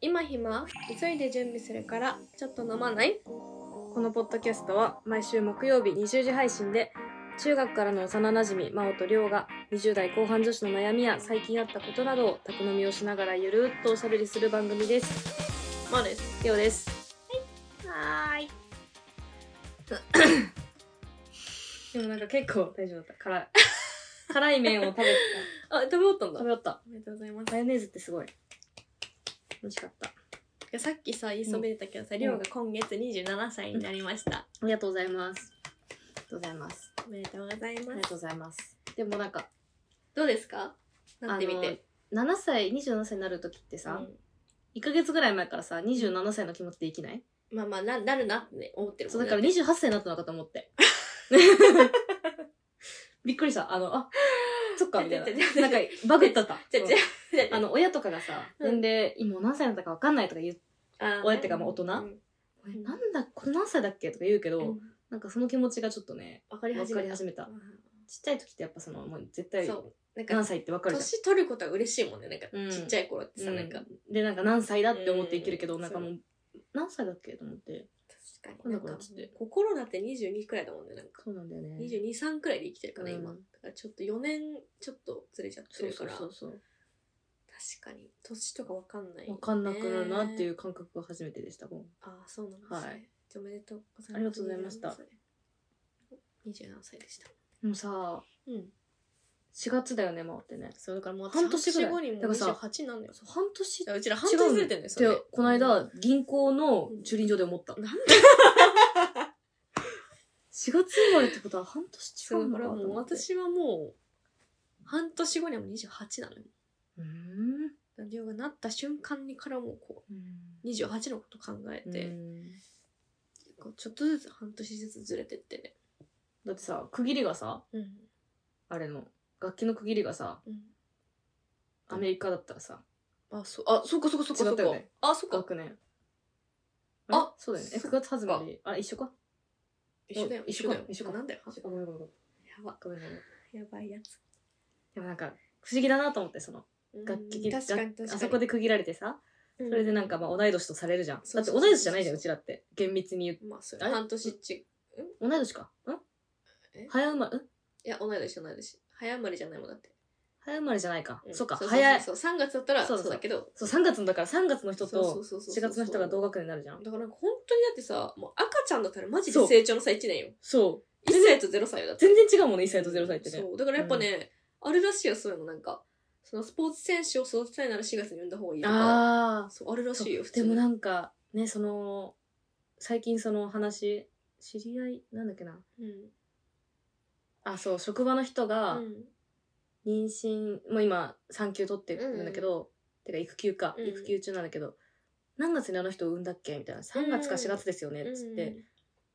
今暇急いで準備するからちょっと飲まないこのポッドキャストは毎週木曜日20時配信で中学からの幼なじみ真央と亮が20代後半女子の悩みや最近あったことなどを宅飲みをしながらゆるっとおしゃべりする番組ですまあです亮ですはーいでもなんか結構大丈夫だった 辛い辛い麺を食べてあ食べ終わったんただ食べよったおめでとうございますマヨネーズってすごい美味しかったいやさっきさ言いそびれたけどさ、んりょうが今月27歳になりました、ありがとうございますありがとうございますおめでとうございあますりがとうございますでもなんかどうですかなってみてあの7歳27歳になる時ってうさ、ん一1か月ぐらい前からさ27歳の気持ちで生きないまあまあななるなってね思ってるそもうんだねから28歳になったのかと思って びっくりしたあの あそっかみたいなちょちょちょなんかバグったったちょちょそうだってあの親とかがさうん年齢今何歳だったか分かんないとか言ってあー親っていうかまあ大人うん「これなんだこれ何歳だっけ?」とか言うけど、うんなんかその気持ちがちょっとねわかり分始かめりた始めたうんちっちゃい時ってやっぱそのもう絶対そうなんか何歳って分かるじゃん年取ることは嬉しいもんねなんか、うんちっちゃい頃ってさ、うんなんか確でなんか何歳だって思って生きるけど、うんなんかもう何歳だっけと思ってか今にな度んからかつって心だって22くらいだもんねなんかそうなんだよね223くらいで生きてるから、今だうんからちょっと4年ちょっとずれちゃってそうるかそうらそうそう確かに年とかわかんない、分かんなくなるなっていうう感覚が初めてでしたもんああそうなんですね、はいじゃあおめでとうございますありがとうございました27歳でしたでもさうん4月だよね回ってねそうだからもう半年ぐらい後にもだからさ28なんだよそう半年だかっらうちら半年ずれてるんですてよ、ね、この間銀行の駐輪場で思った、 なんで4月生まれってことは半年違そううだのかかとらもう思って私はもう半年後にはもう28なのようーんりょうがなった瞬間にからもうこう28のこと考えて、うんこうちょっとずつ半年ずつずれてってねだってさ区切りがさうんあれの楽器の区切りがさアメリカだったらさあそうあそうかそうかそうか違そっうか、たよねあそうか学年ああそうだよねえそ9っ月始まりあ一緒か一緒だよ一緒か一一緒緒だよあかなんだよ一緒かごめんごめんごめんやばごめんごめんやばいやつでもなんか不思議だなと思ってその楽器うん確かに確かにあそこで区切られてさそそれでなんかまあ同い年とされるじゃん。そだうってそう同い年じゃないじゃん、うちらって。厳密に言う。まあそれあれ半年っちい同い年か。んえ早生まれ、んや同い年同い年早生まれじゃないもんだって、早生まれじゃないか。うんそっか、う早い。そうそう3月だったらそそううそうそうだけどそう、3月のだから3月の人そうそとうそうそ4う月の人が同学年になるじゃん。だからなんか本当にだってさもう赤ちゃんだったらマジでそう成長の差1年よそう。 1歳と0歳よだって全然違うもんね、1歳と0歳ってね。そうだからやっぱね、あるらしいよそういうのなんかそのスポーツ選手を育てたいなら4月に産んだ方がいいとかあそうあるらあ。しそいよう普通でにもなんか、ね、その、最近その話、知り合い、なんだっけな。うんあ、そう、職場の人がうん妊娠、もう今、産休取ってるんだけど、てか育休か、うん育休中なんだけど、何月にあの人を産んだっけみたいな。3月か4月ですよね、うんつって。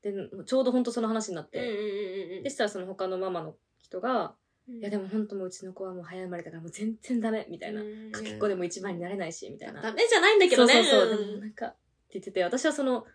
でもうちょうど本当その話になっうんうんて、うんうんでしたらその他のママの人がうん「いやでも本当もううちの子はもう早生まれだからもう全然ダメ」みたいなうん「かけっこでも一番になれないし」みたいなダメじゃないんだけどねそうそうそう、んでもなんかって言ってて私はその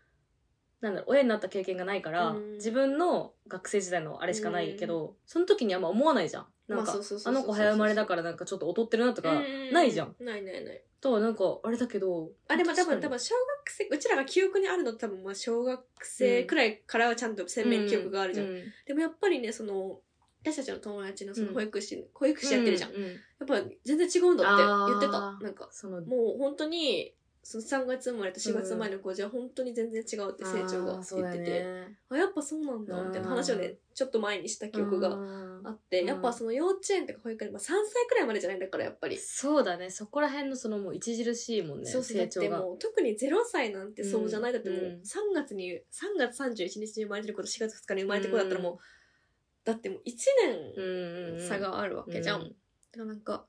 なんだろう親になった経験がないから、うん自分の学生時代のあれしかないけど、その時にあんま思わないじゃんなんまあかそうそうそうそあうの子早生まれだからなんかちょっと劣ってるなとかうううないじゃん、ないないないとなんかあれだけどあでも多分多確かに分小学生うちらが記憶にあるのって多分まあ小学生くらいからはちゃんと鮮明に記憶があるじゃん、うでもやっぱりねその私たちの友達のそのうん保育士、保育士やってるじゃん、ううやっぱ全然違うんだってあー言ってたなんかそのもう本当にその3月生まれと4月生まれの子じゃ本当に全然違うって成長があーそう言っだてよてねあ、やっぱそうなんだみたいな話をうねんちょっと前にした記憶があってうんやっぱその幼稚園とか保育園、まあ、3歳くらいまでじゃないんだからやっぱり、そうだねそこら辺のそのもう著しいもんねそうそうだ成って長がもう特に0歳なんてそうじゃない、だってもううん3月に3月31日に生まれてる子と4月2日に生まれてる子だったらもう、だってもう1うん年差があるわけじゃん、うだからなんか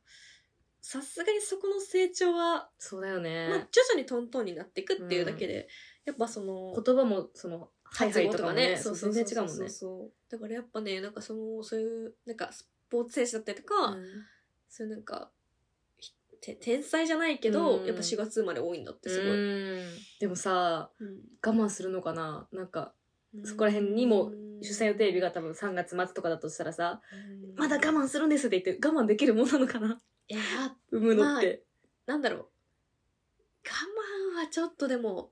さすがにそこの成長は、そうだよまあね、、徐々にトントンになっていくっていうだけで、やっぱその言葉もそのハイハイとかもねそうそう全然違うもんねだからやっぱねなんかそのそういうなんかスポーツ選手だったりとか、そういうなんかひて天才じゃないけど、うんやっぱ4月生まれ多いんだってすごい、うんでもさ我慢するのかななんかそこら辺にも出産予定日が多分3月末とかだとしたらさ「まだ我慢慢するんです」って言って我慢できるもんなのかないやー産むのって、なんだろうはちょっとでも、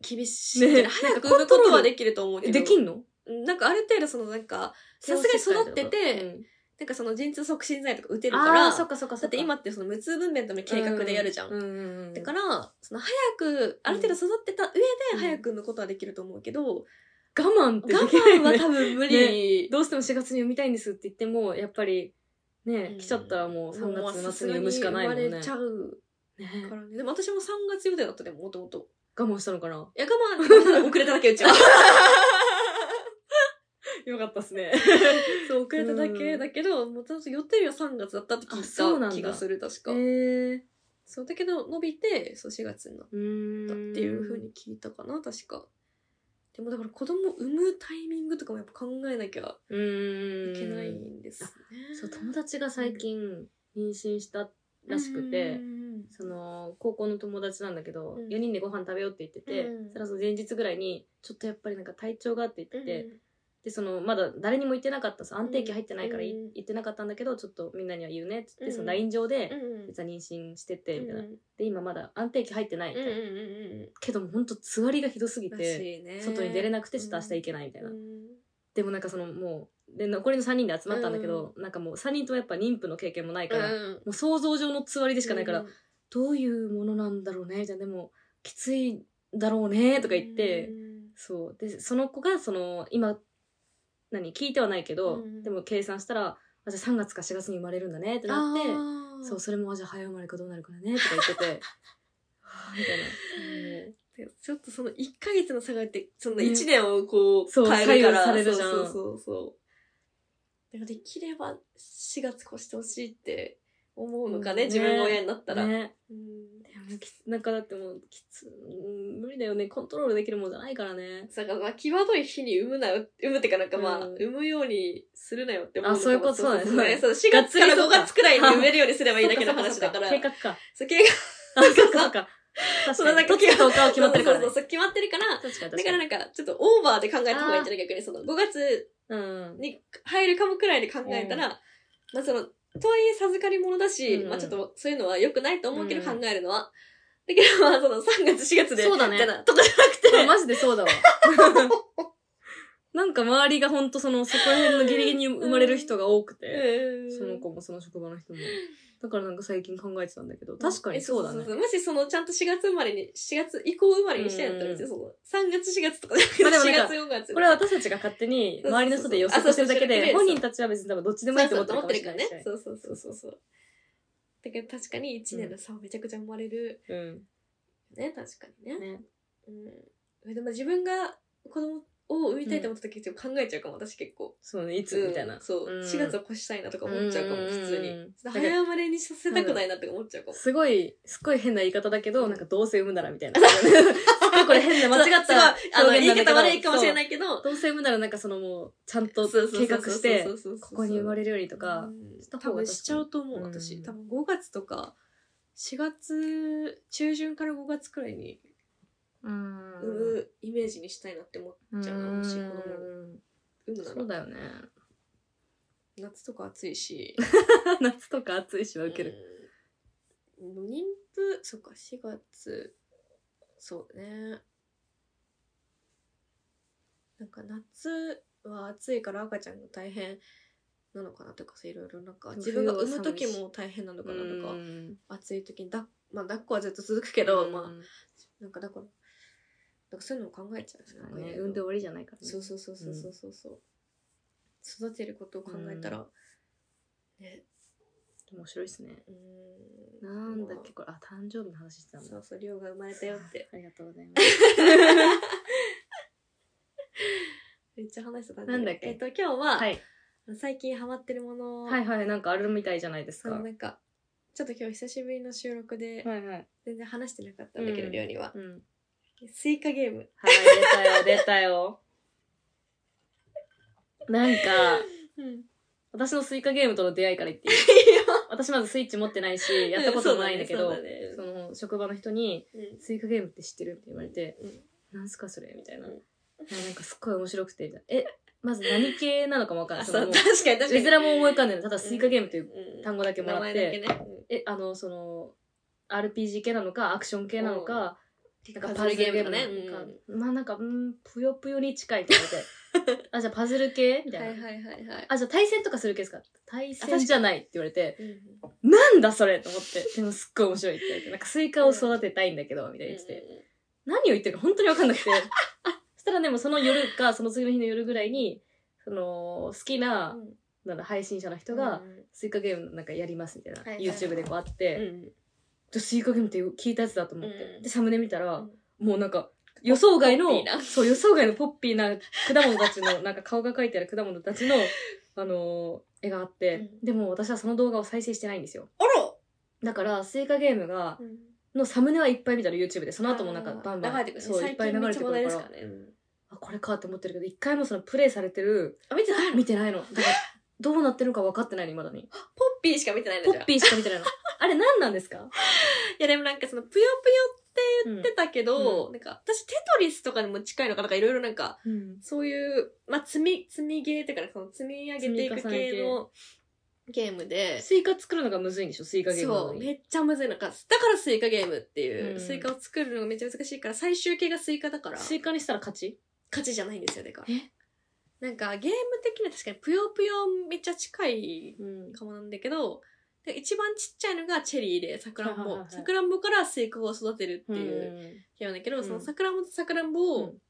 厳しい。ね早くコ産ンむトこロールとはできると思うけど。できんのなんかある程度そのなんか、さすがに育ってて、なんかその陣痛促進剤とか打て出るから、そだっかそっかって今ってその無痛分娩の計画でやるじゃん。うんうんうん、だから、その早く、ある程度育ってた上うんで早く産むことはできると思うけど、我慢って我できない、慢はね、多分無理。 どうしても4月に産みたいんですって言ってもやっぱり ね、うん来ちゃったらもう3もう月末に産むしかないもんねさすがに生まれちゃうねからね。でも私も3月予定だったでも、もともと。我慢したのかないや、我慢、遅れただけ、うちは。よかったっすね そう、遅れただうけんだけど、もう私予定日は3月だったってあそう聞いなんただ気がする、確えか。ー、そう、だけど伸びて、そう、4月になっうーんたっていう風に聞いたかな、確か。でもだから子供産むタイミングとかもやっぱ考えなきゃうーんいけないんですね。そう友達が最近妊娠したらしくて、うんその高校の友達なんだけど、うん4人でご飯食べようって言ってて、うんそれはその前日ぐらいにちょっとやっぱりなんか体調がって言ってて、でそのまだ誰にも言ってなかったさ安定期入ってないからい、うん言ってなかったんだけどちょっとみんなには言うねっつって、うんその LINE 上うで、んうん実は妊娠しててみたいな、うんで今まだ安定期入ってないみうんたいうんな、うんけどもうほんとつわりがひどすぎうん。らてしいね。外に出れなくてちょっと明日行けけないみたいな、うんでもなんかそのもうで残りの3人で集まったんだけど、なんかもう3人ともやっぱ妊婦の経験もないから、もうんう想像上のつわりでしかないから、うんどういうものなんだろうねみたいなでもきついだろうねとか言って、うんそうでその子がその今何聞いてはないけど、うんでも計算したらあじゃあ3月か4月に生まれるんだねってなってあーそうそれもあじゃあ早生まれかどうなるかだねとか言っ ててはあみたいなでちょっとその1ヶ月の差があって、そのね1年をこう、そう変えるから。左右されるじゃんそうそうそうそう。だからできれば4月越してほしいって思うのかね、うん自分が親になったら。ねうん。でもきつなんかだってもうきつうん無理だよねコントロールできるもんじゃないからねだからまあ、際どい日に産むなよ、産むってかなんかまあ、うん産むようにするなよって思うのかも。あそういうことそうそうそうそうだねそう4月からが5っつりそっか月くらいに産めるようにすればいいだけのそっ話だから。そっそっ計画かそう、計画あそうかそうか確そうなかんにかどっちかとおかは決まってるからねそうそうそうそう決まってるから、確かだに確かからになんか、ちょっとオーバーで考えた方がいいんじゃない逆にその、5月うんに入るかもくらいで考えたら、まあその、とはいえ授かり物だし、うんまあちょっとそういうのは良くないと思うけどう考んえるのは。だけどまあその3月4月で、そうだねみたいなとかじゃなくて、マジでそうだわ。 なんか周りがほんとその、そこら辺のギリギリに生まれる人が多くて、うんその子もその職場の人も。だからなんか最近考えてたんだけど、確かにそうだねえ。もしそのちゃんと4月生まれに、4月以降生まれにしてんだったら別にその3月4月とかじゃなくてまあでもなん4か月4月。これは私たちが勝手に周りの人で予測してるだけそうそうで、そうあそう本そう人たちは別に多分どっちでもいそいうとそ思うって思るってかもるからしれないねし。。そうそうそうそうそう。だけど確かに1年の差はめちゃくちゃ生まれるうん。ね、確かにね。ね。うん、でも自分が子供を産みたいと思った時って考えちゃうかも、私結構。そうね、いつみたいな。そう、ん4月は越したいなとか思っちゃうかも、うん普通に。だから早生まれにさせたくないなって思っちゃうかも。すごい、すごい変な言い方だけど、うんなんかどうせ産むならみたいな。すごいこれ変な、間違っそうた すごいあの、表言現ないんだ方けど。。悪いかもしれないいけど、どうせ産むならなんかそのもう、ちゃんとそうそうそう計画してそ、うそうそうそうここに生まれるよりとかう、したん、多方が分しちゃうと思う、うん私。多分5月とか、4月中旬から5月くらいにうん産むイメージにしたいなって思っちゃうな、もし子供を産むなそらう。だよね夏とか暑いし。夏とか暑いしは受ける、うん。妊婦、そっか、4月、そうね。なんか夏は暑いから赤ちゃんが大変なのかなとかさ、いろいろなんか、そう自分が産む冬は寒いし時も大変なのかなとか、ん暑い時にだっ、まあ抱っこはずっと続くけど、うんまあ、なんかだから、なんかそういうのも考えちゃうし、なんかねいろいろ産んで終わりじゃないからねそうそうそうそうそうそうそう。育てることを考えたら、ね、面白いですねうーなんだっけこれあ誕生日の話してたまあんそだうそう、りょうが生まれたよって。ありがとうございますめっちゃ話してたなんだっけえっと、今日 は、はい最近ハマってるものを、はいはいなんかあるみたいじゃないですそかのなんか、ちょっと今日久しぶりの収録で、はいはい全然話してなかったんだけど、うんりょうには。うんスイカゲーム。はい出たよ出たよなんかうん。私のスイカゲームとの出会いから言っていい私まずスイッチ持ってないしやったこともないんだけどそうだねその職場の人にスイカゲームって知ってるって言われて、うんなんすかそれみたいな。うんいやなんかすっごい面白くて、みたいなえ、まず何系なのかもわからあ、ない。そそのう、も確かに確うかいずに。れも思い浮かんでる。ただスイカゲームっていううん単語だけもらっ名前だけて、ね。え、あの、その、 RPG 系なのかアクション系なのか、ななんかパズルゲームなね。のか、まあなんかうんぷよぷよに近いと思ってあじゃあパズル系みうんたいはな、いはいはいはい。あじゃあ対戦とかする系ですか対あ確か戦にじゃないって言われてうんなんだそれと思ってでもすっごい面白いって言われてなんかスイカを育てたいんだけどみたいに言ってて、何を言ってるか本当に分かんなくて。 そしたらでもその夜か、その次の日の夜ぐらいに、その、好きな、なんだ、配信者の人が、、スイカゲームなんかやりますみたいな、はいはい YouTube でこうあって、うんうんでスイカゲームって聞いたやつだと思って。うんで、サムネ見たら、うんもうなんか、予想外のポッピーな、そう、予想外のポッピーな果物たち の、なんか顔が描いてある果物たちの、あのー絵があって、うんでも私はその動画を再生してないんですよ。あらだから、スイカゲームが、のサムネはいっぱい見たら YouTube で、その後もなんかバンバン、流れてくる。そう、い最っぱい近流めれってちゃく話る題でかすらから。ね。うんあ、これかって思ってるけど、一回もそのプレイされてる、あ、見てないの見てないの。だから、どうなってるのか分かってないの、未だに。ポッピーしか見てないのポじゃッあ。ピーしか見てないの。 あれ何なんですかいやでもなんかその、ぷよぷようんってたけど、うんなんか、私テトリスとかにも近いのか、なんかいろいろなんか、うん。そういう、まあ、積み、積みゲーっていうか、その積み上げていく積み重ね系系のゲームで、スイカ作るのがむずいんでしょ、スイカゲームなそのう、にめっちゃむずい。なんか、だからスイカゲームっていう、うんスイカを作るのがめっちゃ難しいから、最終形がスイカだから、スイカにしたら勝ち勝ちじゃないんですよ、でか。えなんか、ゲーム的には確かに、ぷよぷよめっちゃ近いうん。かもなんだけど、で一番ちっちゃいのがチェリーで、さくらんはいはいぼは。いさくらんぼからスイカを育てるってっていいうう。ゲームなんだけど、うんそのさくらんぼとさくらんぼを、うん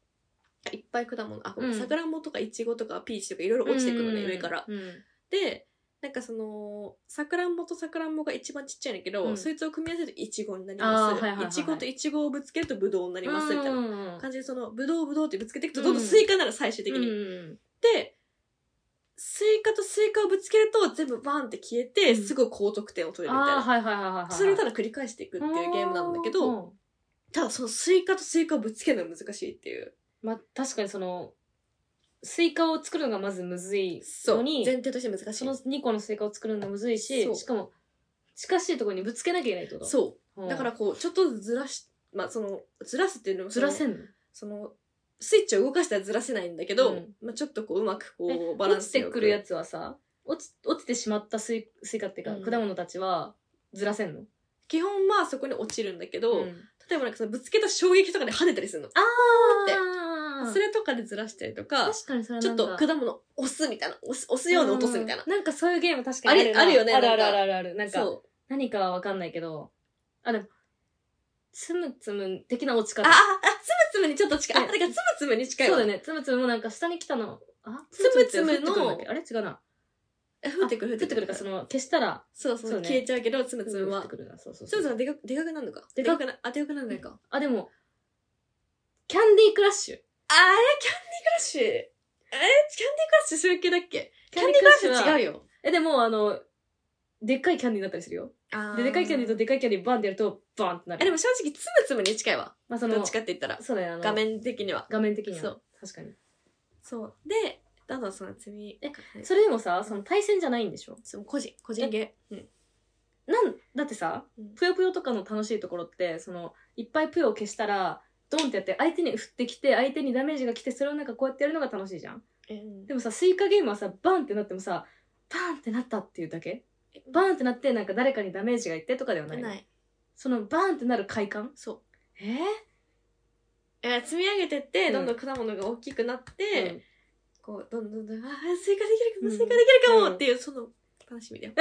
いっぱい果物、あ、ごうんさくらんぼとかいちごとかピーチとかいろいろ落ちてくるのね、上から。うん。で、なんかその、さくらんぼとさくらんぼが一番ちっちゃいんだけど、うんそいつを組み合わせるといちごになりあまーはいはいはいはいす。いちごといちごをぶつけるとぶどうになります、みたいなな感じで、その、ぶどうぶどうってぶつけていくと、うんどんどんスイカになら最終的に。うん。で、スイカとスイカをぶつけると全部バーンって消えて、うんすぐ高得点を取れるみたいああ、な。はいはいはいはいはい。それをただだ繰り返していくっていうゲームなんだけど、、ただそのスイカとスイカをぶつけるのが難しいっていう。まあ確かにその、スイカを作るのがまずむずいそう。のに、前提として難しい。その2個のスイカを作るのがむずいしそうしかも近しいところにぶつけなきゃいけないってことそうう。んだからこう、ちょっとずつずらし、まあその、ずらすっていうのもそずのらせんのその、スイッチを動かしたらずらせないんだけど、うんまあちょっとこう、うまくこえう、バラン落スちてくるやつ。つはさ落ち落ちてしまったスイスイカっていうか、うん果物たちはずらせんの基本はそこに落ちるんだけど、ん例えばなんかそのぶつけた衝撃とかで跳ねたりするの。あーそれとかでずらしたりとか、確かにそれはちょなっんかと果物押すみたいな、押す押すように落とすみたいなう。んなんかそういうゲーム確かにあれなあるよねあるあるなんあるかあるあるなんかそう。何かはわかんないけどあでもつむつむ的な落ちあ、あ、方あ、つむつむにちょっと近い。あ、だからつむつむに近いそわ。うだよねつむつむもなんか下に来たのあつむつむって降ってくるんだっけあれ違うなえ。降ってくる降ってくるかその消したらそうそうそうね消えちゃうけど、つむつむ降っはて。くるなそうそうつそうむつむはでかでかくなるのか。ででかかくくな、あ、でかくならないか。あでもキャンディークラッシュあれキャンディークラッシュ。あれキャンディークラッシュそういう系だっけキャンディークラッシュう違うよ。えでもあのでっかいキャンディーになったりするよででかいキャンディーとででかいキャンディーバンってやるとバンってなえ、るでも正直、つむつむに近いわ。まあそのどっちかって言ったら。そうだよねあの画面的には。画面的にはそう確かにそう。で、だんだんその積み、えはい、それでもさその対戦じゃないんでしょその個人、個人ゲー。うん。なんだってさうんぷよぷよとかの楽しいところってそのいっぱいぷよを消したらドンってやって相手に振ってきて相手にダメージが来てそれをなんかこうやってやるのが楽しいじゃんうんでもさスイカゲームはさバンってなってもさバンってなったっていうだけバーンってなってなんか誰かにダメージがいってとかではないのない。そのバーンってなる快感そう。えーえー積み上げてっうて、んどんどん果物が大きくなって、うんこう、どんどんどんどん、あースイカできるかも、うスんイカできるかうもんっていう、その、楽しみだよ。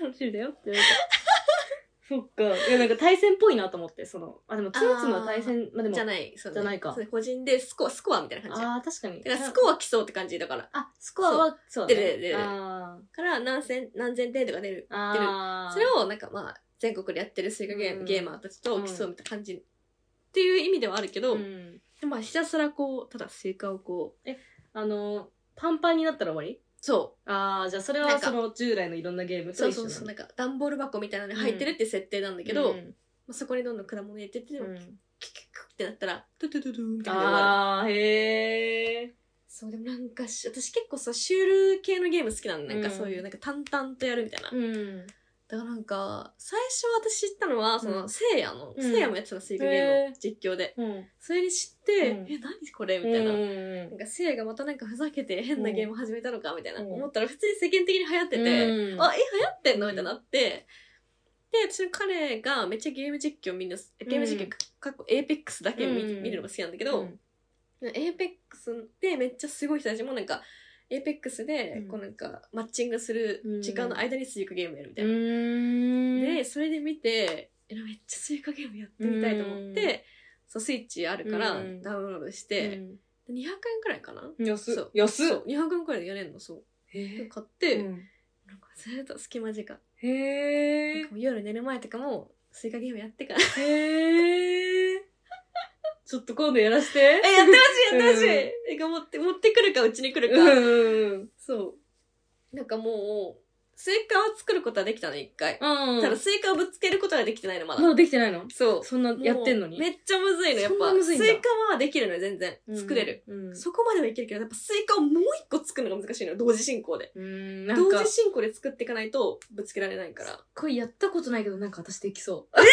楽しみだよって言われた そっかいやなんか対戦っぽいなと思ってそのあでもつむつむは対戦まあでもじゃない、そうねじゃないかそうね個人でスコア、スコアみたいな感じだあー確かにだからスコア競うって感じだから。だあスコアはそう出る出るあから、何千、何千点とか出る。ーあーそれを、なんかまあ、全国でやってるスイカゲー,、うんゲーマーたちと競うみたいな感じ。っていう意味ではあるけど、うんでもまあひたすらこう、ただスイカをこう、あのパンパンになったら終わりそああじゃあそれなはんかその従来のいろんなゲームう、とそ一う緒そうなそう、んなだんか段ボール箱みたいなのに入ってるって設定なんだけど、うんまあ、そこにどんどん果物入れてって、でもうんキュキュキュってなったら、ドゥドゥドゥドゥみたいなのが終わる。あーへえそう、でもなんかし、私結構さ、シュール系のゲーム好きなの。なんかうんそういう、なんか淡々とやるみたいな。うんだからなんか、最初私知ったのは、その、うんせいやの、うんせいやもやってたの、水軍ゲへーームの実況で。うん。それに知って、うんえ、何これみみたたいいな。な。なんか、せいやがまたなんかふざけて変なゲーム始めたのかみたいな、うん思ったら普通に世間的に流行ってて、うんあ、え、流行ってんのみたいになって、で、私の彼がめっちゃゲーム実況みんな、ゲーム実況、かっこエーペックスだけ見,、うん見るのが好きなんだけけど、エーペックスでめっちゃすごい人たちもなんか、エーペックスうでん、こうなんか、マッチングする時間の間にスイカゲームやるみたいな。で、で、それで見て、えめっちゃスイカゲームやってみたいと思って、うそう、スイッチあるからうんダウンロードしでて、、で200円くらいかな安そう安そう、200円くらいでやれんの、そう。で買って、なんかずっと隙間時間。へなんえか。もう夜寝る前とかも、スイカゲームやってから。へえ。ちょっと今度やらせて。ええ、やってほしい、やってほしい。うんえ、持って、持ってくるか、うちに来るか。うん。そう。なんかもう、スイカを作ることはできたの、一回。うん。ただ、スイカをぶつけることはできてないの、まだ。まだできてないのそう。そんなやってんのに。もうめっちゃむずいの、やっそんなぱ。むずスいイんだカはできるのよ、全然。作れる。うん。そこまではいけるけど、やっぱスイカをもう一個作るのが難しいのよ、同時進行で。うん。なん同か、時すっ進行で作っていかないと、ぶつけられないから。ごいやったことないけど、なんか私できそう。言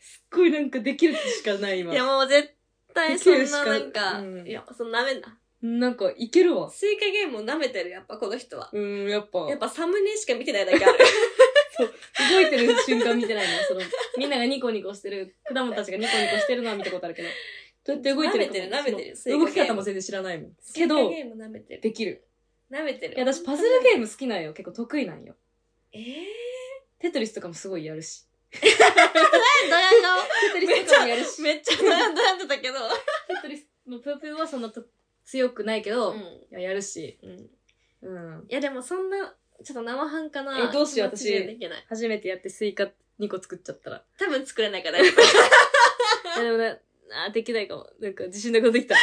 すっごいなんかできるしかない今って。いや、もう絶対そんななんか、できるしかうんいや、その舐めんな。なんかいけるわ。スイカゲームを舐めてる、やっぱこの人は。うん、やっぱ。やっぱサムネしか見てないだけあ る。動いてる瞬間見てないのその、みんながニコニコしてる、果物たちがニコニコしてるのは見たことあるけど。どうやって動いてる舐めかもてる舐めてるその動き方も全然知らないもん。けスイどカ、ゲーム舐めてる。できる。舐めてる。いや、私パズルゲーム好きなんよ。結構得意なんよ。えー、テトリスとかもすごいやるし。ドヤ顔テトリスとかもやるし。めっちゃ悩んだんだけど。テトリスのぷよぷよはそんなと強くないけど、いん。ややるし。うん。いうん。や、でもそんな、ちょっと生半可な。えどうしよう気持ちで私できない。初めてやってスイカ2個作っちゃったら。多分作れないから大丈 いやでもね、あーできないかも。なんか自信なくなってきた。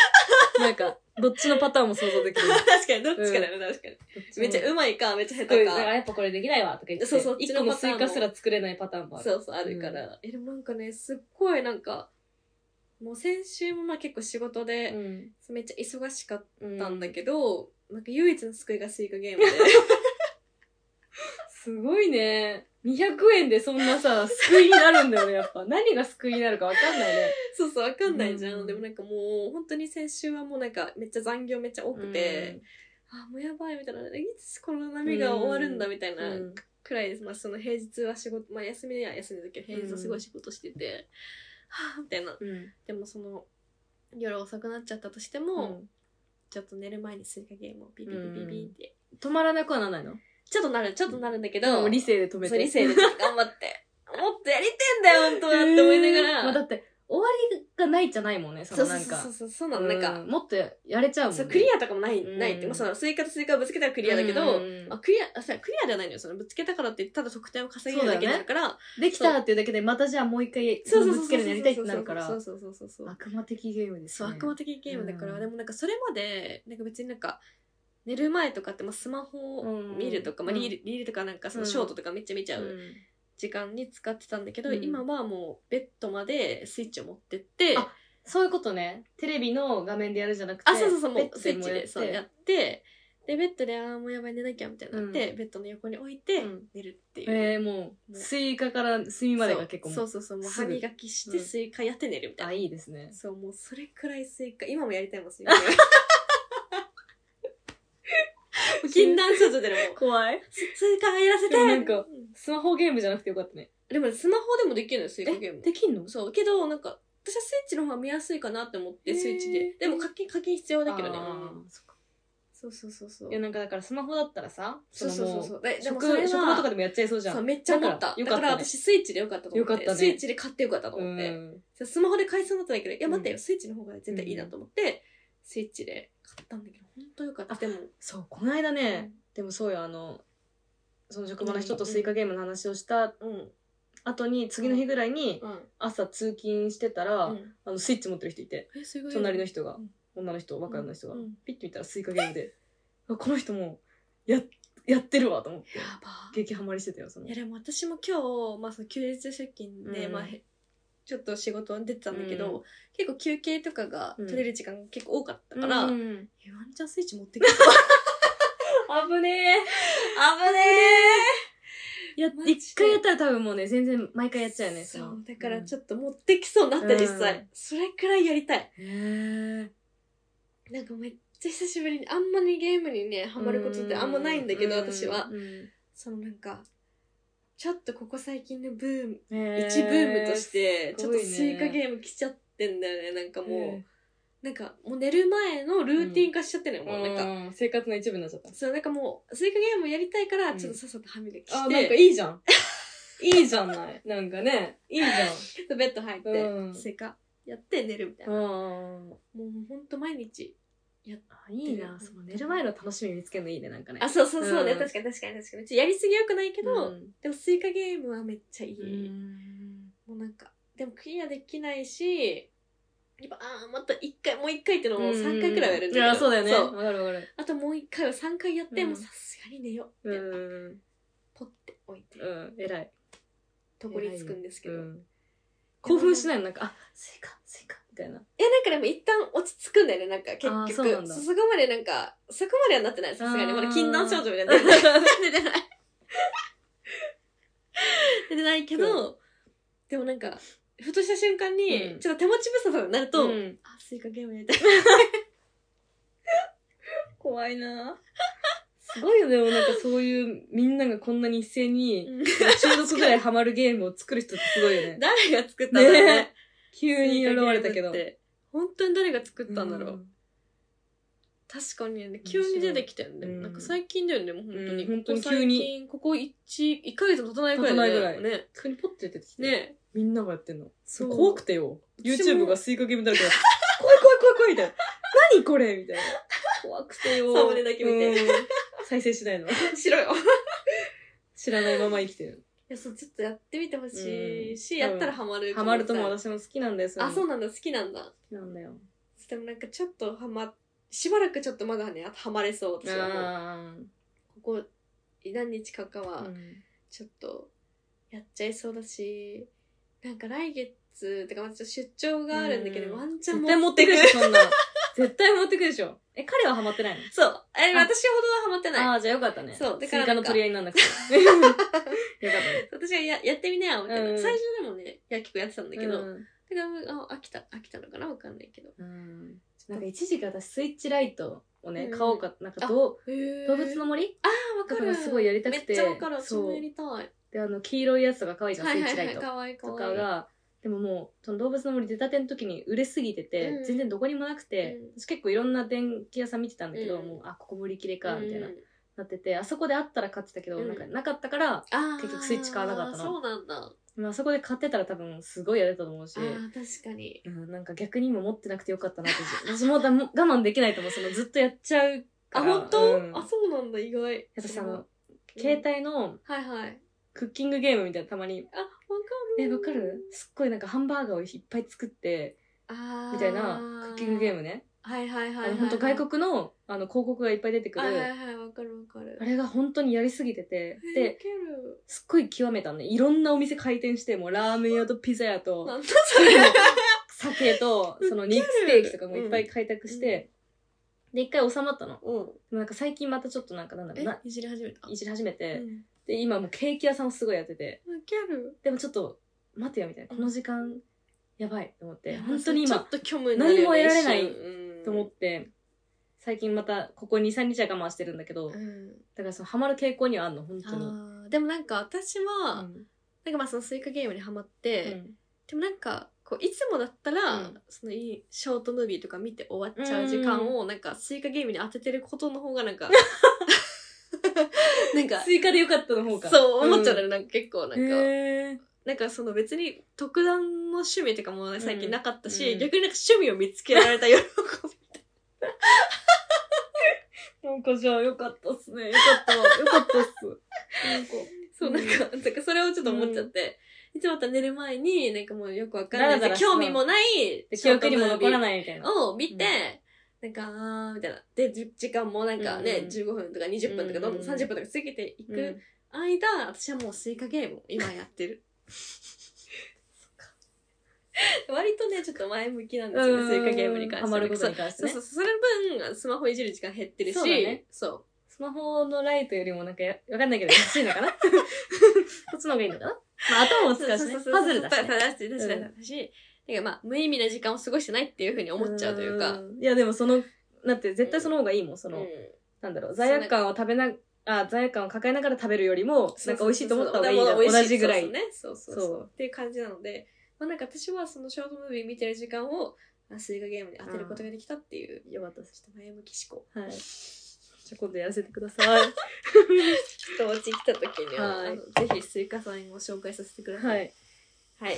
なんか、どっちのパターンも想像できる。夫確かに、どっちかだよね、確かに。 めっちゃううまいか、めっちゃ下ま手いか。か。やっぱこれできないわとか言って。そうそっち一の個パターンものスイカすら作れないパターンもある。そうそう、あるから。え、でもなんかね、すっごいなんか、もう先週もまあ結構仕事で、ん。めっちゃ忙しかっうたんだけど、なんか唯一の救いがスイカゲーム で。すごいね。200円でそんなさ、救いになるんだよね、やっぱ。 何が救いになるかわかんないね。そうそう、わかんないじゃん。うんでもなんかもう、本当に先週はもうなんか、めっちゃ残業めっちゃ多くて、あ、もうやばいみたいな、いつこの波が終わるんだみたいうん、なくらいです。まあその平日は仕事、まあ休みは休みだけど、平日はすごい仕事してて、はぁ、みたいな。うん。でもその、夜遅くなっちゃったとしても、ちょっと寝る前にスイカゲームをビビビビビって、止まらなくはならないのちょっとなる、ちょっとなるんだけど、もう理性で止めそうて。理 性でちょっと頑張って。もっとやりてんだよ、本当はって思いながら。まあ、だって、終わりがないじゃないもんね、そそうそのなうんかそう。そう、そうなの、なんかう、もっとやれちゃうもん、ね。そう、クリアとかもない、うんないって、まあ、その、スイカとスイカをぶつけたらクリアだけど、うんまあ、クリア、あそうクリアではないのよ。その、ぶつけたからって、ただ得点を稼げるだけになるから、できたらっていうだけで、またじゃあもう一回、そうそそうのそう。ぶつけるのやりたいってなるからそ、うそうそうそうそう。悪魔的ゲームですそう、ね。悪魔的ゲームだから、うんでもなんか、それまで、なんか別になんか、寝る前とかって、まあ、スマホを見るとか、うんまあ、リール、リールとかなんか、その、うんショートとかめっちゃ見ちゃう。うん時間に使ってたんだけど、うん今はもうベッドまでスイッチを持ってって、あそういうことね。テレビの画面でやるじゃなくて、あ、そうそうそう、もうスベイッッドチもでやってそうやって、で、ベッドで、あーもうやばい寝なきゃみたいになって、ベッドの横に置いてうん寝るっていう。えー、もう、スイカから炭までが結構もそううそうそうそう、もうす歯ぐ磨きしてうんスイカやって寝るみたいあ、な。いいですね。そう、もうそれくらいスイカ、今もやりたいもん、ス イカ。もう禁断症状でもう、怖い。ススイカやらせてでもなんかうんスマホゲームじゃなくてよかったね。でもねスマホでもできるのよ、スイカゲーム。できんのそう、けど、なんか、私はスイッチの方が見やすいかなって思って、へースイッチで。でも課金、課金必要だけどね。あーそっかそうそうそうそういや、。なんかだからスマホだったらさ、そうそうそうそう。ででも食それは、食堂とかでもやっちゃいそうじゃん。そう、めっちゃ思った。だかだかららよかったね私スイッチでよかったと思って。よかったねスイッチで買ってよかったと思って。うんそうスマホで買いそうになったんだけど、いや待ってよ、うスイッチの方が絶対いいなと思って、スイッチで買ったんだけど、ほんとよかった。あでも、そう、この間ね、でもそうよ、あの、その職場の人とスイカゲームの話をしたうん。うん。後に、次の日ぐらいに朝通勤してたら、うんあのスイッチ持ってる人いて、え、すごい。隣の人がうん、女の人、若い女の人が、うんうんピッて見たらスイカゲームで、あこの人もうや、やってるわと思ってや、ば。激ハマりしてたよ、そのいや。でも私も今日、まあ、その休日出勤で、うんまあ、へちょっと仕事に出てたんだけうど、結構休憩とかが取れる時間が結構多かっただか、からえら、ワンチャンスイッチ持ってきた。あ危ね危ねえ。や、マジで一回やったら多分もうね、全然毎え回やっちゃうよね。そう、だからちょっょっと持ってきそうになった、うん実際。それくらいやりたい。と。へなんかめっちゃ久しぶりに、あんまりゲームにね、ハマることってあんまないんだけど、う私は。うんそのなんか、ちょっとここ最近のブーム、へー一ブームとして、ちすょっごいとねスイカゲーム来ちゃってんだよね、なんかもへう。なんか、もう寝る前のルーティン化しちゃってるのよ、もうなんか。うん生活の一部になっちゃった。そう、なんかもう、スイカゲームやりたいから、うんちょっとさっさと歯磨きあしー、なんかて、いいじゃん。いいじゃない。なんかね、いいじゃベッド入っうて、んスイカやって寝るみたいん。な。うん。もうほんと毎日。いいな、その寝る前の楽しみ見つけるのいいね、なんかね。あ、そうそうそうね、うん確かに確かに確かに。ちょっとやりすぎよくないけど、うんでもスイカゲームはめっちゃいい。うんもうなんか、でもクリアできないし、やっぱ、ああ、また一回、もう一回っていうのも3回くらいはやるんだけど。いや、そうだよね。わかるわかる。あともう一回は3回やって、うんもうさすがに寝よううって、ん。ポッて置いて、うん、偉い。とこにつくんですけど。うん興奮しないのなんか、あ、スイカ、スイカ、みた いな。え、なんかでも一旦落ち着くんだよね、なんか結あー局。そうなんだそそこまでなんか、そこまではなってない、さすがに。あーまだ禁断症状みたいなの出てない。出てない。出てないけど、でもなんか、ふとした瞬間に、うんちょっと手持ち無沙汰になると、うんあ、スイカゲームや りたい。怖いなすごいよね、でもなんかそういう、みんながこんなに一斉に、中毒ぐらいハマるゲームを作る人ってすごいよ ね。誰が作ったんだろうね。ね急に現れたけど。スイカゲームって本当に誰が作ったんだろう。うん確かにね、急に出てきてんでうもんなんか最近だよね、もう本当に。うん本当にここ急に最近、ここ1、1ヶ月経たないくらいだよね。ね。急にポッて出てきて。 ねみんながやってんの。そう怖くてよ。私も YouTube がスイカゲームだ らけだった。怖い怖い怖い怖いみたいな。何これみたいな。怖くてよ。サムネだけ見てうん。再生しないの。しろよ。い知らないまま生きてる。や、そう、ちょっとやってみてほしいし、うんやったらハマる。ハマるとも私も好きなんだよ。あ、そううなのんだ、好きなんだ。好きなんだよ。でもなんかちょっとハマ、しばらくちょっとまだね、ハマれそう。私はもうあここ、何日かかあは、ちょっと、やっちゃいそうだし、なんか来月、てかまあちょっと出張があるんだけど、ワンチャン絶対持ってくでしょ、そんな。絶対持ってくでしょ。え、彼はハマって ないのそう。え、あ私ほどはハマってないあ。あ、じゃあよかったね。そうだスイからカの取り合いになんなくて。よかった 私がややってみなよみたいな、うん最初でもねいや結構やってたんだね。けど、うだんからあ飽きた飽きたのかなわかんないけどうんなんか一時期私スイッチライトをね、うん買おうか、なんかどう、動動物の森あわかとかるがすごいやりたくてめっちゃわかる私そうもやりたいはいで、あの、黄色いやつとか可愛いじゃん、はいスイッチはラいイトかわいいかとわいかいが、でももう、その動物の森出たての時に売れすぎてて、うん全然どこにもなくて、うん私結構いろんな電気屋さん見てたんだけど、うんもう、あ、ここも売り切れか、みたいな、うんなってて、あそこであったら買ってたけど、うんなんかなかったから、あー結局スイッチ買わなかったのそうなんだあまああそこで買ってたら多分すごいやれたと思うし、ー確かにうん、なんか逆にも持ってなくてよかったなって私、私もだも我慢できないと思う、そのずっとやっちゃうかあら。本当、うんあそうなんだ意外私あうのん、携帯のはいはいクッキングゲームみたいなたまに、あわかるえ、わかるすっごいなんかハンバーガーをいっぱい作って、あみたいなクッキングゲームムね。はいはいはいあはいの、本当外国の、あの、広告がいっぱい出てくはいはいる。はいわかるわかるあれが本当にやりすぎてて、えわで、かるすっごい極めたのね。いろんなお店開店して、もうラーメン屋とピザ屋と、なんだそれ酒 と、その肉ステーキとかもいっぱい開拓して、で、一回収まったの。うんでもなんか最近またちょっとなんかなんだろうえな、いじり始めたいじり始めて、うんで、今もうケーキ屋さんをすごいやってて、ウケるでもちょっと、待てよみたいな、この時間、やばいと思って、本当にちょ今っ、と虚無に何も得られないとと思って、最近また、ここ2、3日は我慢してるんだけど、だからその、ハマる傾向にはあるの、本当に。でもなんか私は、うんなんかまあそのスイカゲームにハマっうて、んでもなんかこういつもだったら、うんそのいいショートムービーとか見て終わっちゃう時間を、なんかスイカゲームに当ててることの方がなんか なん か追加でよかったの方か。そう思っちゃうのんよなんか結構なんか、へーなんかその別に特段の趣味とかも最近なかったし、うん逆になんか趣味を見つけられた喜びなんかじゃあよかったっすね。よかった。よかったっ す。 なんか。そう、なんか、なんかそれをちょっと思っちゃって、いつもまた寝る前に、なんかもうよくわかんないだらだら興味もない、で記憶にも残らい。ないみたいな。を見て、なんか、あーみたいな。で、じ時間もなんかね、うんうん15分とか20分とか、どんどんうんうん30分とか過ぎていうんく間、私はもうスイカゲームを今やってる。割とね、ちょっと前向きなんですよね、スイカゲームに関しては。ハマることに関してそうね。そうそう、その分、スマホいじる時間減ってるし、そうだねそう。スマホのライトよりもなんかや、わかんないけど、優しいのかなそっちの方がいい のかなまあ、頭も使うしね。パズルだし、確ね。かに確かにだし、なんかまあ、無意味な時間を過ごしてないっていうふうに思っちゃうというか、ん。いや、でもその、だって絶対その方がいいもん。その、なんだろう、罪悪感を食べな、あ、罪悪感を抱えながら食べるよりも、なんか美味しいと思った方がいいな。同じぐらい。ね。そうそうそう。っていう感じなので、まあなんか私はそのショートムービー見てる時間を、あスイカゲームに当てることができたっていう、よかったです。ちょっと前向き思考。はい。じゃあ今度やらせてください。 ちょっとお家来た時には、はいあのぜひスイカさんを紹介させてくださ。はいい。はい。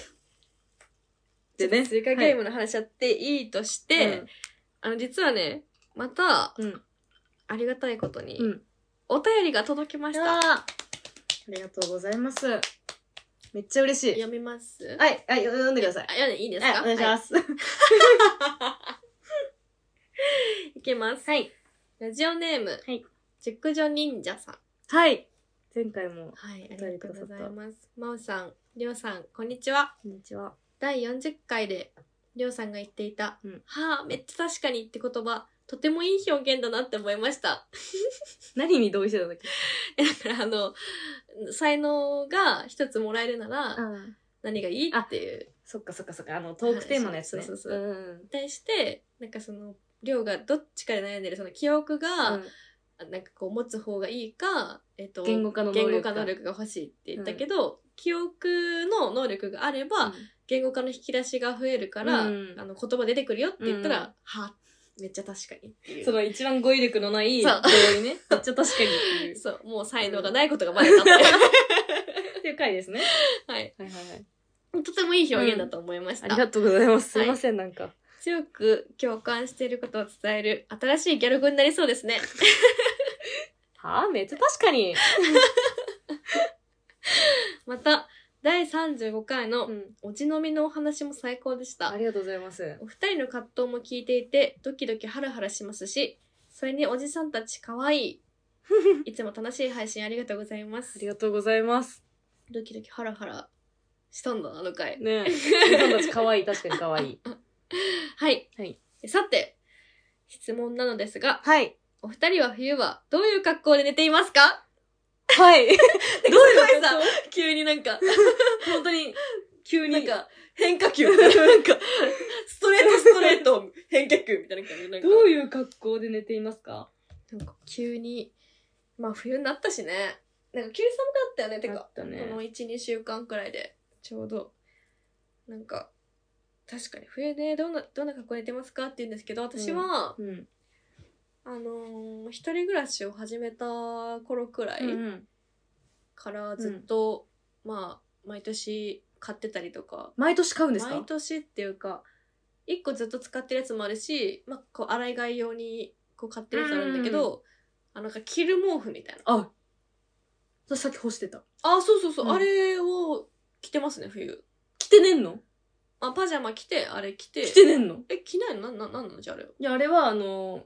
でねちょっとスイカゲームの話やっていいとして、あの、実はね、また、うんありがたいことに、うん、うん。お便りが届きましやた。ありがとうございます。めっちゃ嬉しい。読みますはい、はい、よ読んでくださいあ。読んでいいですはいか、。お願いしますす。いきます。 はい。ラジオネーム、はい、熟女忍者さん。はい。前回も、はい、あおりが便りとうくださごったざいます。まおさん、りょうさん、こんにちは。こんにちは。第40回で、りょうさんが言っていた、うんはあ、めっちゃ確かにって言葉、とてもいい表現だなって思いました。 何に同意してたんだっけえだからあの、才能が一つもらえるなら、何がいいっていう。そっかそっかそっか、あの、トークテーマのやつね。はいそうそうそううん。対して、なんかその、りょうがどっちかで悩んでる、その記憶が、なんかこう持つ方がいいか、えっと、言語化の能言力語か化能力が欲しいって言ったけど、記憶の能力があれば、言語化の引き出しが増えるから、うんあの言葉出てくるよって言ったら、うんはめっちゃ確かにっていうその一番語彙力のないそう同意ね。めっちゃ確かにって いう。そうもう才能がないことがバレたって、っていう回ですね。はい、はいはいはい。とてもいい表現だと思いました、ありがとうございます。すはいいません、なんか。強く共感していることを伝える新しいギャル語になりそうですねはあめっちゃ確かに。また第35回のん。おじのみのお話も最高でした、ありがとうございます。お二人の葛藤も聞いていてドキドキハラハラしますしそれにおじさんたち可愛 いいつも楽しい配信ありがとうございますありがとうございます。ドキドキハラハラしたんだなあの回 ねえ。自分たち可愛い、確かに可愛い。はい、はいさて質問なのですが はい。お二人は冬はどういう格好で寝ています かはい。どういうすごいさ 急になんか 本当に、急なんに。か変化球みたい ななんかストレートストレート変化球みたいな感じなんかどういう格好で寝ていますかなんか急にまあ冬になったしねなんか急に寒かったよねてあかったねこの12週間くらいでちょうどなんか確かに冬ねどんなどんな格好で寝てますかって言うんですけど私は、うん。あのー一人暮らしを始めた頃くらいうんからずっと、まあ毎年買ってたりとか毎年買うんです毎か年っていうか一個ずっと使ってるやつもあるし、まあ、こう洗い替え用にこう買ってるやつあるんだけど、あなんか着る毛布みたいなあ、私さっき干してた。あそうそうそう、うんあれを着てますね冬着てねんのあパジャマ着てあれ着て着てねんのえ着ないのなんなんなんなのじゃああれいや、あれはあの、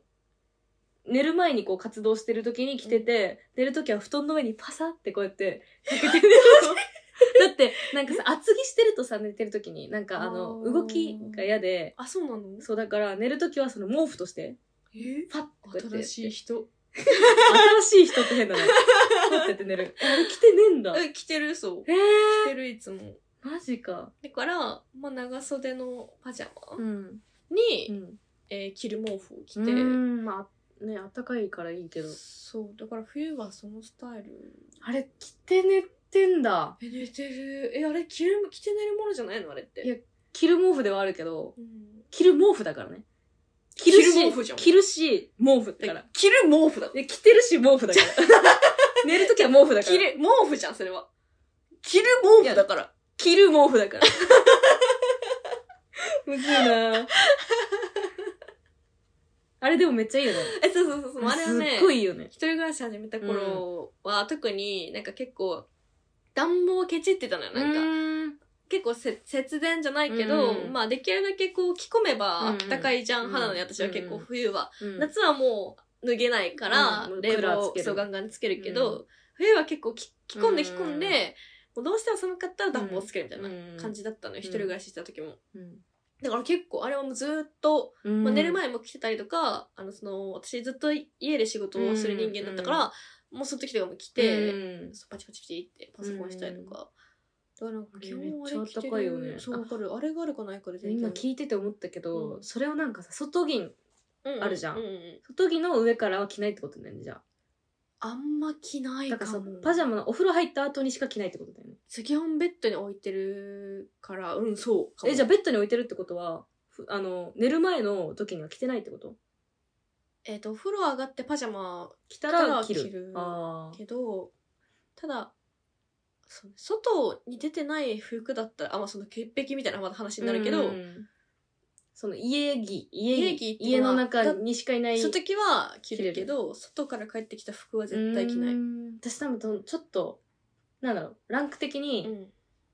寝る前にこう活動してる時に着てて、寝る時は布団の上にパサってこうやってかけてる だって、なんかさ、厚着してるとさ、寝てる時に、なんかあの、あー動きが嫌で、あそうなのそうだから寝る時はその毛布として、えパッてこうやって。新しい人新しい人って変だね。パッてやって寝 る。あれ着てねえんだ。え着てるそうえ着てるいつもー、マジか。だから、まあ、長袖のパジャマん。に、うん。えー着る毛布を着うて、ん、まあ、ね、あったかいからいいけど。そうだから冬はそのスタイルあれ、着て寝てんだ。え寝てるえあれ着る着て寝るものじゃないのあれっていや着る毛布ではあるけど、うん着る毛布だからね。着着る毛布じゃん着るし、毛だ布だかからら。着る毛布だで、着てるし、毛布だ から。寝るときは毛布だから。着る毛布じゃんそれは着る毛布だから着る毛布だから。 むずいなぁあれでもめっちゃいいよね。えそうそうそうそうあれはねすっごいいいよね。一人暮らし始めた頃は、特になんか結構暖房をケチってたのよなんか、んか、結構せ節電じゃないけど、うんまあできるだけこう着込めばうあんったかいじゃん、うん肌の私は結構冬は、うん夏はもう脱げないから、うん冷クーラー房つけるそうガンガンつけるけうど、冬は結構着着込んでうん着込んで、もうどうしても寒かったら暖房つけるみたいな感じだったのよ、ん一人暮らししてた時も。うんだから結構あれはもうずっと、うんまあ、寝る前も来てたりとか、あのその私ずっと家で仕事をする人間だったから、もうその時とかも来て、うんそうパチパチパチってパソコンしたりとか、だからなんか基本めっあちゃれ着て暖かいよねるそうわかるあれがあるかないかで全今然聞いてて思ったけど、うんそれをなんかさ外着あるじゃんううう外着の上からは着ないってことだよねじゃあんま着なあいだかからさもパジャマのお風呂入った後にしか着ないってことだよねそう基本ベッドに置いてるからうんそうかもえじゃあベッドに置いてるってことはふあの寝る前の時には着てないってことえっ、とお風呂上がってパジャマ着たらら着る着るあーけどただそうね外に出てない服だったらあまあその潔癖みたいなまた話になるけど、うんその家着家家着着って家のはの中にしかいないその時は着るけど外から帰ってきた服は絶対着ないうーん私多分とちょっとなんだろうランク的に、うん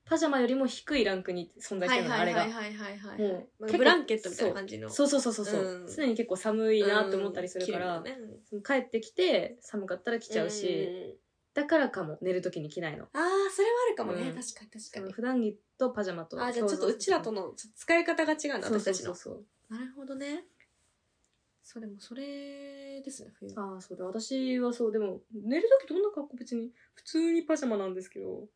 パジャマよりも低いランクに存在しはいてるの、はいはいあはれいがはいはい、もうまあ結構ブランケットみたいな感じのそうそうそうそうそう、うん常に結構寒いなって思ったりするから、うん着るよねその帰ってきて寒かったら着ちゃうし、んんんだからかも寝る時に着ないのああそれはあるかもね、うん確かにそ確のか普段着とパジャマとにあーじゃあちょっとうちらとのちょっと使い方が違うなそ私うそうたちそのうそうなるほどねそれもそれですね冬ああそうだ私はそうでも寝る時どんな格好別に普通にパジャマなんですけ ど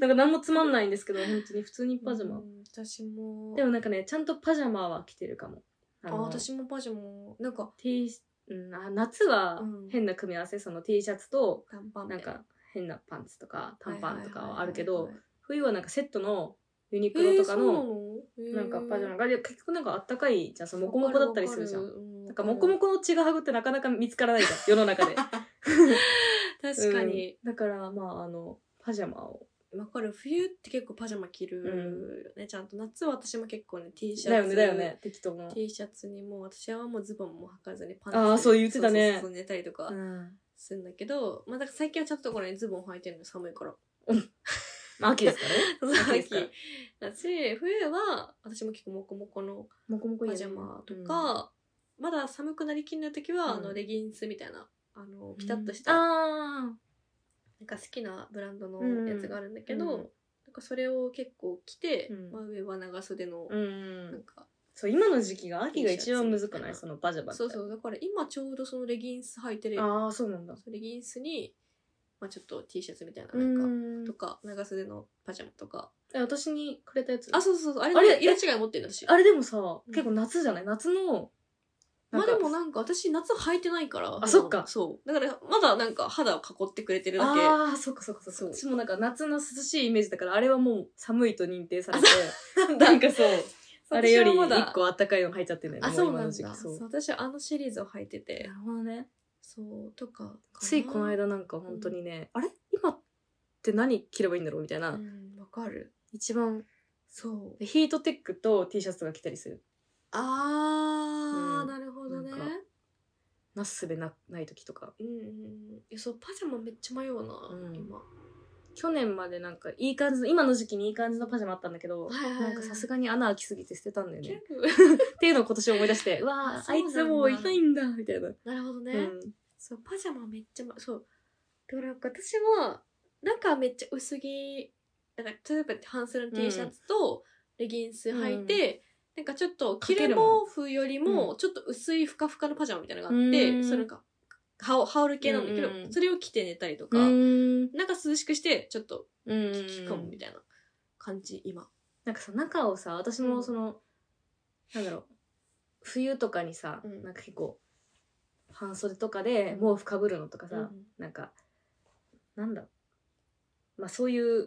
なんか何もつまんないんですけど本当に普通にパジャマ、うん私もでもなんかねちゃんとパジャマは着てるかもああの私もパジャマなんか T うん、あ夏はうん変な組み合わせ、その T シャツと短パンなんか変なパンツとか短パンとかはあるけどえ冬はなんかセットのユニクロー、とそかうなののなんかパジャマがで結局なんかあったかいじゃんそのモコモコだったりするじゃんんなんかモコモココのちぐはぐってなかなか見つからないじゃん世の中で確かに、うんだからまああのパジャマをわかる冬って結構パジャマ着るよね、ちゃんと夏は私も結構ね T シャツだよねだよね適当な T シャツにもう私はもうズボンも履かずにパンツあーでそう言ってたそうねそうそう寝たりとかうんするんだけど、まあだから最近はちょっとこれズボン履いてるの寒いからまあ秋ですからねそうですから秋だし冬は私も結構モコモコの モコモコいいパよねジャマとか、まだ寒くなりきんな時は、うんあのレギンスみたいなあのうんピタッとした、あーなんか好きなブランドのうんやつがあるんだけど、うんなんかそれを結構着て、うんまあ、上は長袖の、うんなんかそう今の時期が秋が一番むずくな T シャツみたいないそのパジャマってそうそうだから今ちょうどそのレギンス履いてるああそうなんだそうレギンスに、まあ、ちょっと T シャツみたいなななんか、んとかか長袖のパジャマとかえ私にくれたやつあそうそうそうあれ,、あれ色違い持ってるの私あれでもさ、ん結構夏じゃない夏のまあでもんかなんか私夏履いてないからあそっかそうだからまだなんか肌を囲ってくれてるだけああそっかそっかそっそかう私もなんか夏の涼しいイメージだからあれはもう寒いと認定されんてだ なんかそうあれより私はまだ一個あったかいの入っちゃってんだよねあもそう今なんのだ時期そそうう私はあのシリーズを履いててるほどねそうとかかなついこの間なんか本当にね、あれ今って何着ればいいんだろうみたいな、うんわかる一番そうヒートテックと T シャツとか着たりするあー、うんなるほどねなんかなすすべなない時とかうんうんうんいやそうパジャマめっちゃ迷うな、うん今去年までなんかいい感じの今の時期にいい感じのパジャマあったんだけど、はいはいはいなんかさすがに穴開きすぎて捨てたんだよね結構っていうのを今年思い出してうわああそあうないんだつもういないんだみたいな、 なるほどね、うんそうパジャマめっちゃまそうだからなんか私は中めっちゃ薄着だから例えば半袖の T シャツとレギンス履いて、なんかちょっとかけ着るる毛布よりうもちょっと薄いふかふかのパジャマみたいなのがあって、うんそれなんか羽織羽織る系なんだけど、うんうんそれを着て寝たりとか、うんなんか涼しくしてちょっとうん着込むみたいな感じ今なんかさ中をさ私もその、なんだろう冬とかにさ、うんなんか結構半袖とかでう毛布かぶるのとかさ、うんなんかなんだろうまあそういう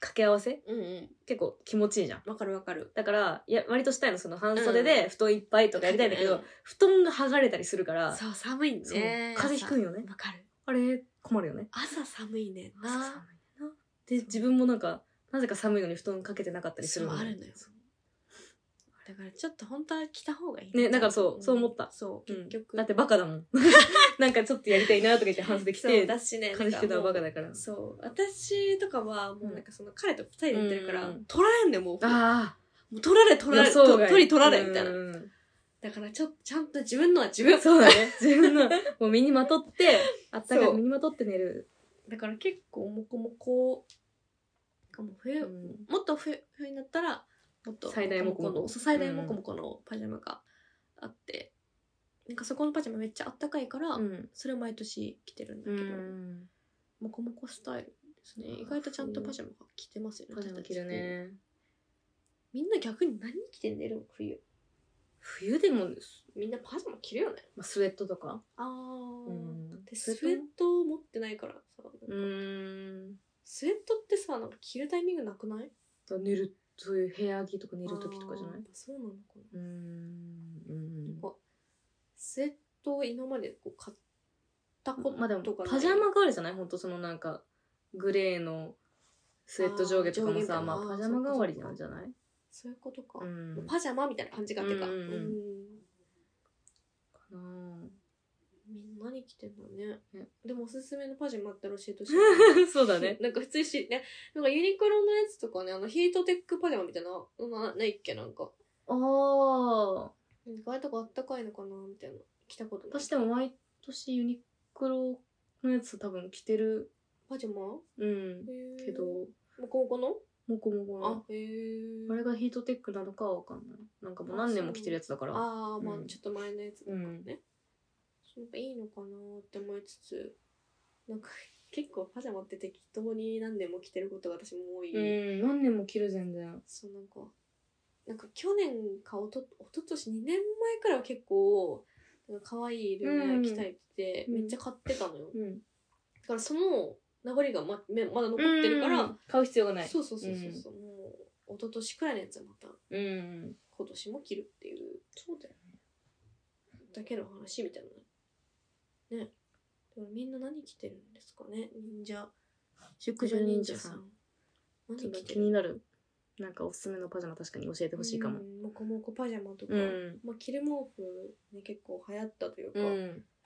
掛け合わせうんうん結構気持ちいいじゃんわかるわかるだからいや割としたいのその半袖で布団いっぱいとかやりたいんだけど、うん布団が剥がれたりするから、そう寒いそうね風邪ひくんよね朝わかるあれ困るよね朝寒いねん朝寒いななで自分もなんかなぜか寒いのに布団かけてなかったりすそうるのあるのよだからちょっと本当は着た方がいいねだからそうそう思ったそううん結局、だってバカだも んなんかちょっとやりたいなとか言って半袖着そうてだしね風邪ひくのはバカだだからそう私とかはもうなんかその彼と二人で行ってるから、うん取られんねもうあもう取られ取られそうと取り取られみたいなだからちょっとちゃんと自分のは自分そうだね 自分のもう身にまとってあったかそいう身にまとって寝るだから結構もこもこなんかもう冬、うんもっと冬冬になったらもっと最大モコモコのそう最大モコモコのパジャマがあって、なんかそこのパジャマめっちゃあったかいから、うんそれを毎年着てるんだうけど、んモコモコスタイルですね意外とちゃんとパジャマが着てますよねパジャマ着る私たちねみんな逆に何着てんだよ冬冬でも、みんなパジャマ着るよねまあ、スウェットとかああ、うんだってスウェットを持ってないからさなんかうんスウェットってさなんか着るタイミングなくないだ寝るそういう部屋着とか寝る時とかじゃなあいーそうなのかなうーんうんこスウェットを今までこう買ったことがまあでもパジャマ代わりじゃない本当そのなんかグレーのスウェット上下とかもあさー上下まああーパジャマ代わりなんじゃないそういうことか、うんかパジャマみたいな感じがってか、うんうんなぁみんなに着てんだねねでもおすすめのパジャマあったら教え てほしいそうだ ねなんか普通にしねなんかユニクロのやつとかねあのヒートテックパジャマみたいなのなないっけなんかああ意外とこあったかいのかなみたいな着たことない私でも毎年ユニクロのやつ多分着てるパジャマうんへーけどもう高校のモコモコのあへえあれがヒートテックなのかは分かんないなんかもう何年も着てるやつだからあーまあうんちょっと前のやつうんねやっぱいいのかなって思いつつなんか結構パジャマって適当に何年も着てることが私も多い、うん何年も着る全然そうなんかなんか去年かおとおととし2年前からは結構なんか可愛い色の着たいってうんめっちゃ買ってたのよ、だうんからその流れがまめまだ残ってるから、うん買う必要がないそうそうそうそうそう、もう一昨年くらいのやつはまたうん今年も着るっていうそうだよねだけの話みたいなねでもみんな何着てるんですかね忍者熟女忍者さん何ちょっと着て気るになるなんかおすすめのパジャマ確かに教えてほしいかもうんもこもこパジャマとか、うんまあ、着る毛布ね結構流行ったというか、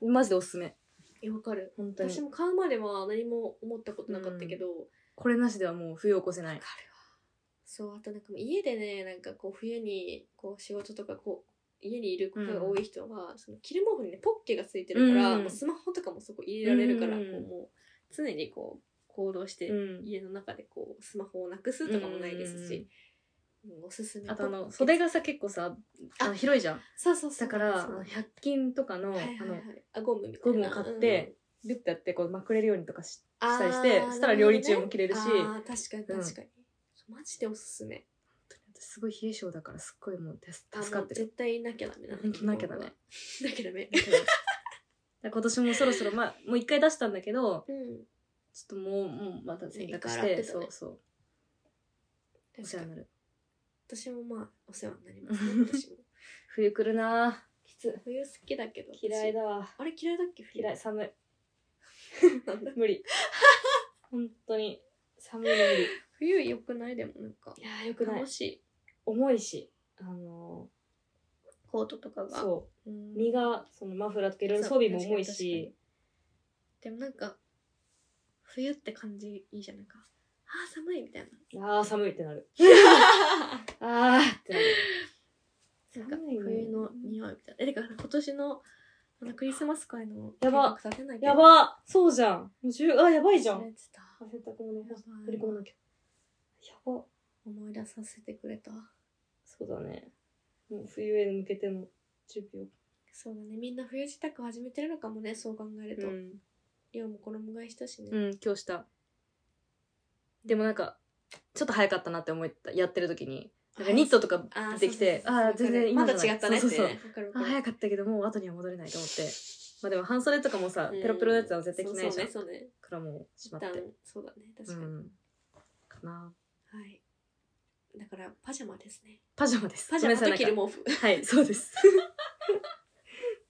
うん、マジでおすすめえわかる本当に私も買うまでは何も思ったことなかったけど、これなしではもう冬を越せないわかるわそうあとなんかもう家でねなんかこう冬にこう仕事とかこう家にいることが多い人は、その着る毛布にねポッケがついてるから、うんもうスマホとかもそこ入れられるから、うんこうもう常にこう行動して、うん家の中でこうスマホをなくすとかもないですし、うんおすすめあとあのポッケ袖がさ結構さあの広いじゃんそうそうそうだからそうあの100均とかの,、はいはいあはのいあゴムみたいなゴムを買ってビュッてやってこうまくれるようにとかしうんしたりしてあーそしたら料理中も着れるしなほどねあー確かうにん確かに、マジでおすすめ私すごい冷え性だからすっごいもう手助あ助かもってうる絶対なきゃダメなうんなきゃダメ なきゃダメ だからだから今年もそろそろまあもう一回出したんだけどうんちょっともうもうまた洗濯一回し洗っててたねそうそうお世話になる私もまあお世話になります ね私も冬来るなあきつ冬好きだけど私嫌いだわあれ嫌いだっけ冬嫌い寒いなんだ無理本当に寒いの無理 冬良くないでもなんかいやーよくない楽しい重いしあのコートとかーがそううん身がそのマフラーとかいろいろ装備も重いしでもなんか冬って感じいいじゃんないかあー寒いみたいなあー寒いって なるあーってなるなんか冬の匂いみたいなえてか今年のあのクリスマス会のやば計画立てないけどやばそうじゃんもう十あやばいじゃ忘んれてたあ洗濯物やばい取り込まなきゃやば思い出させてくれたそうだねもう冬へ向けての準備をそうだねみんな冬支度始めてるのかもねそう考えると、ん、量も衣替えしたしね、うん、今日したでもなんかちょっと早かったなって思ったやってる時になんかニットとかあー出てきてそうそうそうあー全然ま今だじゃない違ったねってそうそうそうわかるわあかる早かったけどもう後には戻れないと思ってまあでも半袖とかもさペロペロのやつは絶対着ないじゃん、うんそうそうねからもうしまそうってね一旦そうだね確うかに、んかなはいだからパジャマですねパジャマですパジャマごめとんなさ着いなるんか毛布はいそうです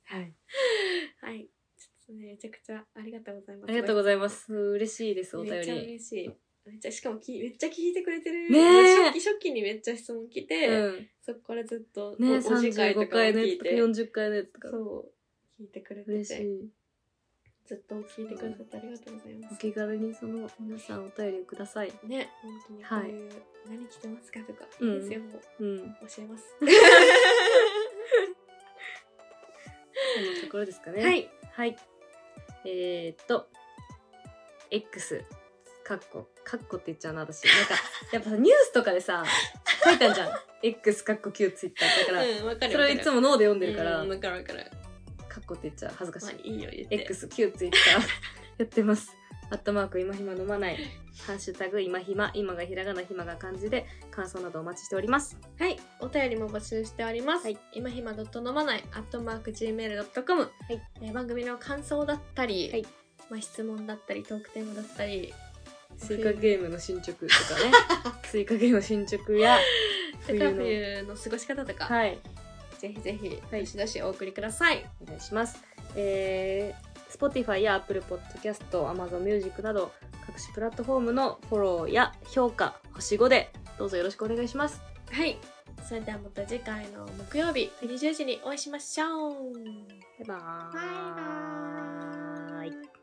はい はいちょっとねめちゃくちゃありがとうございますありがとうございます嬉しいですおめ便っちゃり嬉しいめっちゃしかもきめっちゃ聞いてくれてるねえ初期初期にめっちゃ質問来て、うんそこからずっとおねお時間35回のやつとか40回のやつとかそう聞いてくれて嬉していずっと聞いてくださってありがとうございまおす気軽にその皆さんお便りをくださいね本当にはこういいう何着てますかとか、うんいいですよもううん教えますそんなところですかねはいはい。えー、っと、X、カッコ、カッコって言っちゃうな、私。なんか、やっぱさ、ニュースとかでさ、書いたんじゃん X かっこ Q ツイッターだから、うん、わかるそれをいつも脳で読んでるから、うんわかるわかる。かっこって言っちゃ恥ずかしい、まあ、いいよ、言って。 X、旧 Twitter やってます。アットマーク、今暇飲まない。ハッシュタグ、今暇、今がひらがな、暇が漢字で、感想などお待ちしております。はい、お便りも募集しております。はい今ひまドット飲まないアットマーク gmail ドットコム。いえー番組の感想だったり、はいまあ質問だったりトークテーマだったり、スイカゲームの 進捗とかね。スイカゲームの進捗や、冬冬のの。冬の過ごし方とか、はい。ぜひぜひ、はいどしどしお送りください。お願いします。えー、Spotify や Apple Podcast、Amazon Music など、各種プラットフォームのフォローや評価、星5で、どうぞよろしくお願いします。はい、それではまた次回の木曜日20時にお会いしましょう。バイバーバイ。イバーイイ。